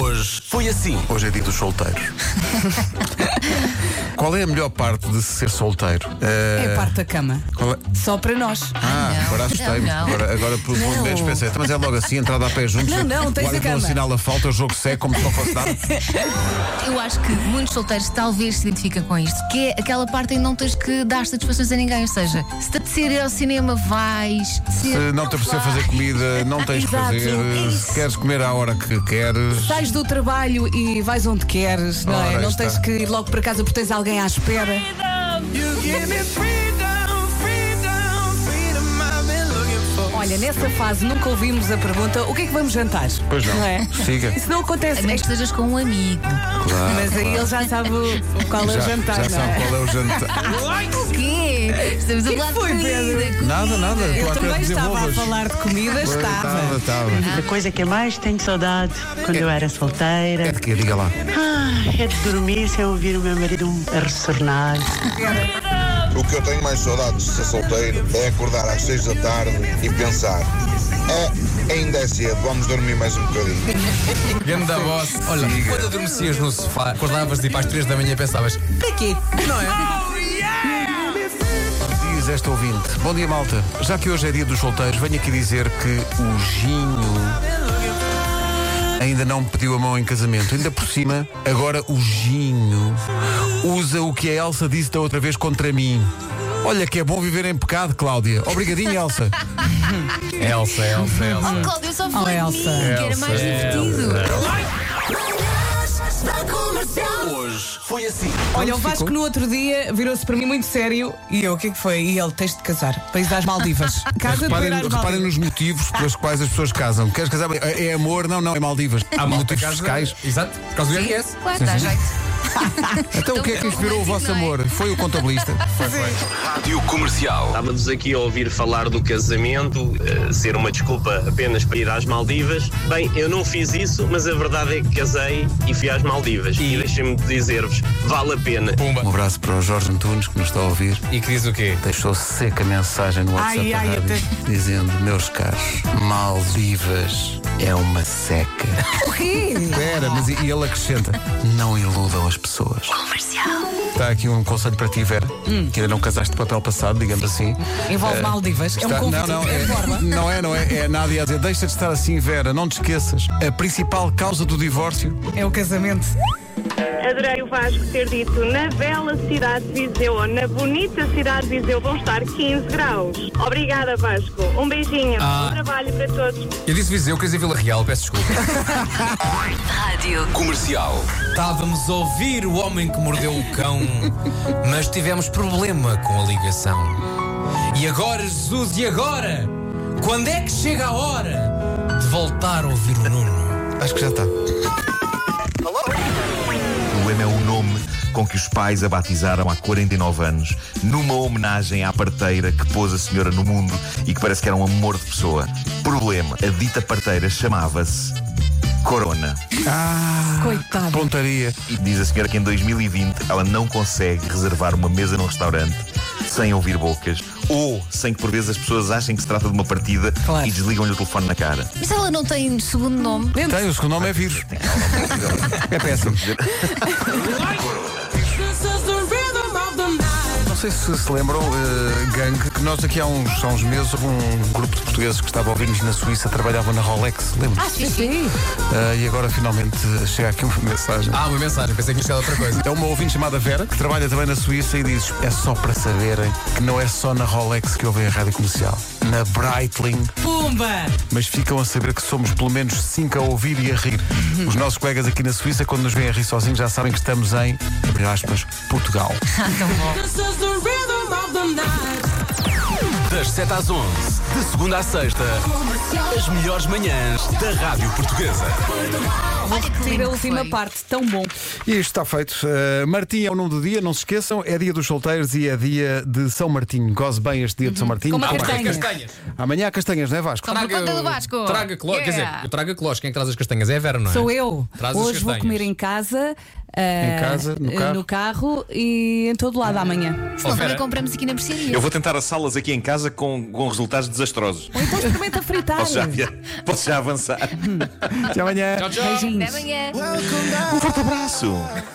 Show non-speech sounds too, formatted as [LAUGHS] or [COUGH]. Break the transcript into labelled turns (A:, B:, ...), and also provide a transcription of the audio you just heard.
A: Hoje foi assim.
B: Hoje é dia dos
C: [LAUGHS]
B: solteiros. Qual é a melhor parte de ser solteiro? Eh,
C: É a parte da cama.
B: Qual é?
C: Só para nós.
B: Ah,
D: não,
B: agora assustei-me.
D: não, não.
B: Agora, agora por um momento pensei, mas é logo assim, entrada a pé juntos.
C: Não, não, tens
B: o árbitro
C: a cama.
B: assinala a falta, o jogo segue, como se não fosse
C: [LAUGHS]
B: nada.
D: Eu acho que muitos solteiros talvez se identificam com isto, que é aquela parte em que não tens que dar satisfações a ninguém. Ou seja, se te apetecer ir ao cinema, vais. Se,
B: Se não te apetecer fazer comida, não tens que
C: Exato,
B: fazer.
C: é
B: Se
C: isso.
B: queres comer à hora que queres.
C: Sais do trabalho e vais onde queres, não
B: Ora,
C: é? Não
B: está.
C: tens que ir logo para casa porque tens alguém à espera. Olha, nessa fase nunca ouvimos a pergunta o que é que vamos jantar?
B: Pois não.
C: é?
B: Siga.
C: Isso não
D: a
C: acontece.
D: menos que estejas com um amigo.
B: Claro,
C: Mas aí ele já sabe o- qual é o
B: Ah, já,
C: jantar,
B: já
C: não é?
B: sabe qual é o jantar.
D: Ah, O quê? Estamos a falar de
C: foi,
D: comida.
C: Pedro?
B: Nada, nada. estou
C: Eu
B: à espera
C: também
B: que
C: estava a
B: desenvolvas.
C: falar de tá? comida,
B: Pois,
C: estava.
B: estava.
E: A coisa que eu mais tenho saudade quando eu era
B: É
E: solteira
B: de quê? Diga lá.
E: ah, é de dormir sem ouvir o meu marido a ressonar.
F: O que eu tenho mais saudades de ser solteiro é acordar às seis da tarde e pensar: é, ainda é cedo, vamos dormir mais um bocadinho.
A: Ganda voz. Olha, quando adormecias no sofá, acordavas tipo às 3 da manhã e pensavas.
C: Para quê?
B: Diz esta ouvinte. Bom dia, malta. Já que hoje é dia dos solteiros, venho aqui dizer que o Ginho ainda não me pediu a mão em casamento. Ainda por cima, agora o Ginho usa o que a Elsa disse da outra vez contra mim. Olha que é bom viver em pecado, Cláudia. Obrigadinho, Elsa.
A: [LAUGHS] Elsa, Elsa,
D: Oh,
A: Elsa.
D: Cláudio, eu só
C: Oh,
D: falei de
C: Elsa.
D: mim, que era mais divertido.
A: Hoje foi assim.
C: Olha, o Vasco no outro dia virou-se para mim muito sério e eu, o que é que foi? E ele, tens de casar. País das Maldivas. Casa de
B: [LAUGHS] Reparem,
C: Beira às
B: reparem
C: Maldivas.
B: nos motivos pelos quais as pessoas casam. Queres casar? É é amor? Não, não, é Maldivas. Há motivos
A: casa-
B: fiscais.
A: Exato, por causa do
B: é
A: IRS.
D: Claro, está jeito.
B: Então o que é que inspirou o vosso amor? Foi o [LAUGHS] contabilista.
G: Rádio Comercial.
H: Estávamos aqui a ouvir falar do casamento, eh, ser uma desculpa apenas para ir às Maldivas. Bem, eu não fiz isso, mas a verdade é que casei e fui às Maldivas. E, deixem-me dizer-vos, vale a pena.
A: Pumba.
B: Um abraço para o Jorge Antunes, que nos está a ouvir.
A: E que diz o quê?
B: Deixou seca mensagem no WhatsApp
C: Ai,
B: da
C: ai,
B: rádio, dizendo, meus caros, Maldivas é uma seca.
C: O quê?
B: Espera, mas e e ele acrescenta, não iludam as pessoas. Está aqui um conselho para ti, Vera, que ainda não casaste de papel passado, digamos assim.
C: Envolve Maldivas. É um
B: Está- Tá,
C: convite
B: não, não,
C: de forma.
B: é, [LAUGHS] não é, não é. É a Nádia a dizer, deixa de estar assim, Vera, não te esqueças. A principal causa do divórcio
C: É o casamento.
I: Adorei o Vasco ter dito na bela cidade de Viseu ou na bonita cidade de Viseu vão estar 15 graus. Obrigada, Vasco. Um beijinho.
A: Ah.
I: Bom trabalho para todos.
A: Eu disse Viseu, queria dizer Vila Real, peço desculpa.
D: [LAUGHS]
G: Comercial.
A: Estávamos a ouvir o homem que mordeu o cão, mas tivemos problema com a ligação. E agora, Jesus, e agora? Quando é que chega a hora de voltar a ouvir o Nuno?
B: Acho que já está.
J: Boema é o nome com que os pais a batizaram há 49 anos, numa homenagem à parteira que pôs a senhora no mundo e que parece que era um amor de pessoa. Problema: a dita parteira chamava-se Corona.
C: Coitado.
B: Pontaria.
J: E diz a senhora que em 2020 ela não consegue reservar uma mesa num restaurante sem ouvir bocas ou sem que por vezes as pessoas achem que se trata de uma partida
C: Claro.
J: e desligam-lhe o telefone na cara.
D: Mas ela não tem segundo nome.
B: Tem, o segundo nome é vírus. É péssimo. Não sei se se lembram, eh, gangue, que nós aqui há uns, há uns meses houve um grupo de portugueses que estava a ouvir-nos na Suíça trabalhava na Rolex, lembro
D: Ah, sim, sim.
B: Ah, e agora finalmente chega aqui uma mensagem.
A: Ah, uma mensagem, pensei que tinha chegado outra coisa.
B: É uma ouvinte chamada Vera, que trabalha também na Suíça e diz é só para saberem que não é só na Rolex que ouvem a rádio comercial. Na Breitling
C: Pumba!
B: mas ficam a saber que somos pelo menos cinco a ouvir e a rir. Os nossos colegas aqui na Suíça, quando nos veem a rir sozinhos, já sabem que estamos em, abre aspas, Portugal.
G: Das 7 às 11, de segunda à sexta, as melhores manhãs da Rádio Portuguesa.
D: Olha que
C: Tira
D: lindo
C: a
D: que
C: última
D: foi.
C: parte, tão bom.
B: E isto está feito. Uh, Martim é o nome do dia, não se esqueçam, é dia dos solteiros e é dia de São Martinho. Goze bem este dia de São Martinho.
C: Como a
B: Amanhã-
C: Uhum. castanha.
A: Castanhas.
B: Amanhã há castanhas, não é Vasco?
D: Toma conta do Vasco.
A: Traga cló, quer dizer,
D: Yeah.
A: eu trago a clós, quem é que traz as castanhas? É a Vera, não é?
C: Sou eu.
A: Traz as
C: Hoje vou
A: castanhas.
C: comer em casa. eh,
B: Em casa, no
C: eh,
B: carro.
C: carro e em todo lado amanhã.
D: Se não,
A: Vera.
D: também compramos aqui na mercearia.
J: vou tentar as salas aqui em casa com, com resultados desastrosos.
C: Ou então experimenta fritar.
J: Posso já, Posso já avançar?
K: Até amanhã.
B: Até amanhã.
J: Um forte abraço.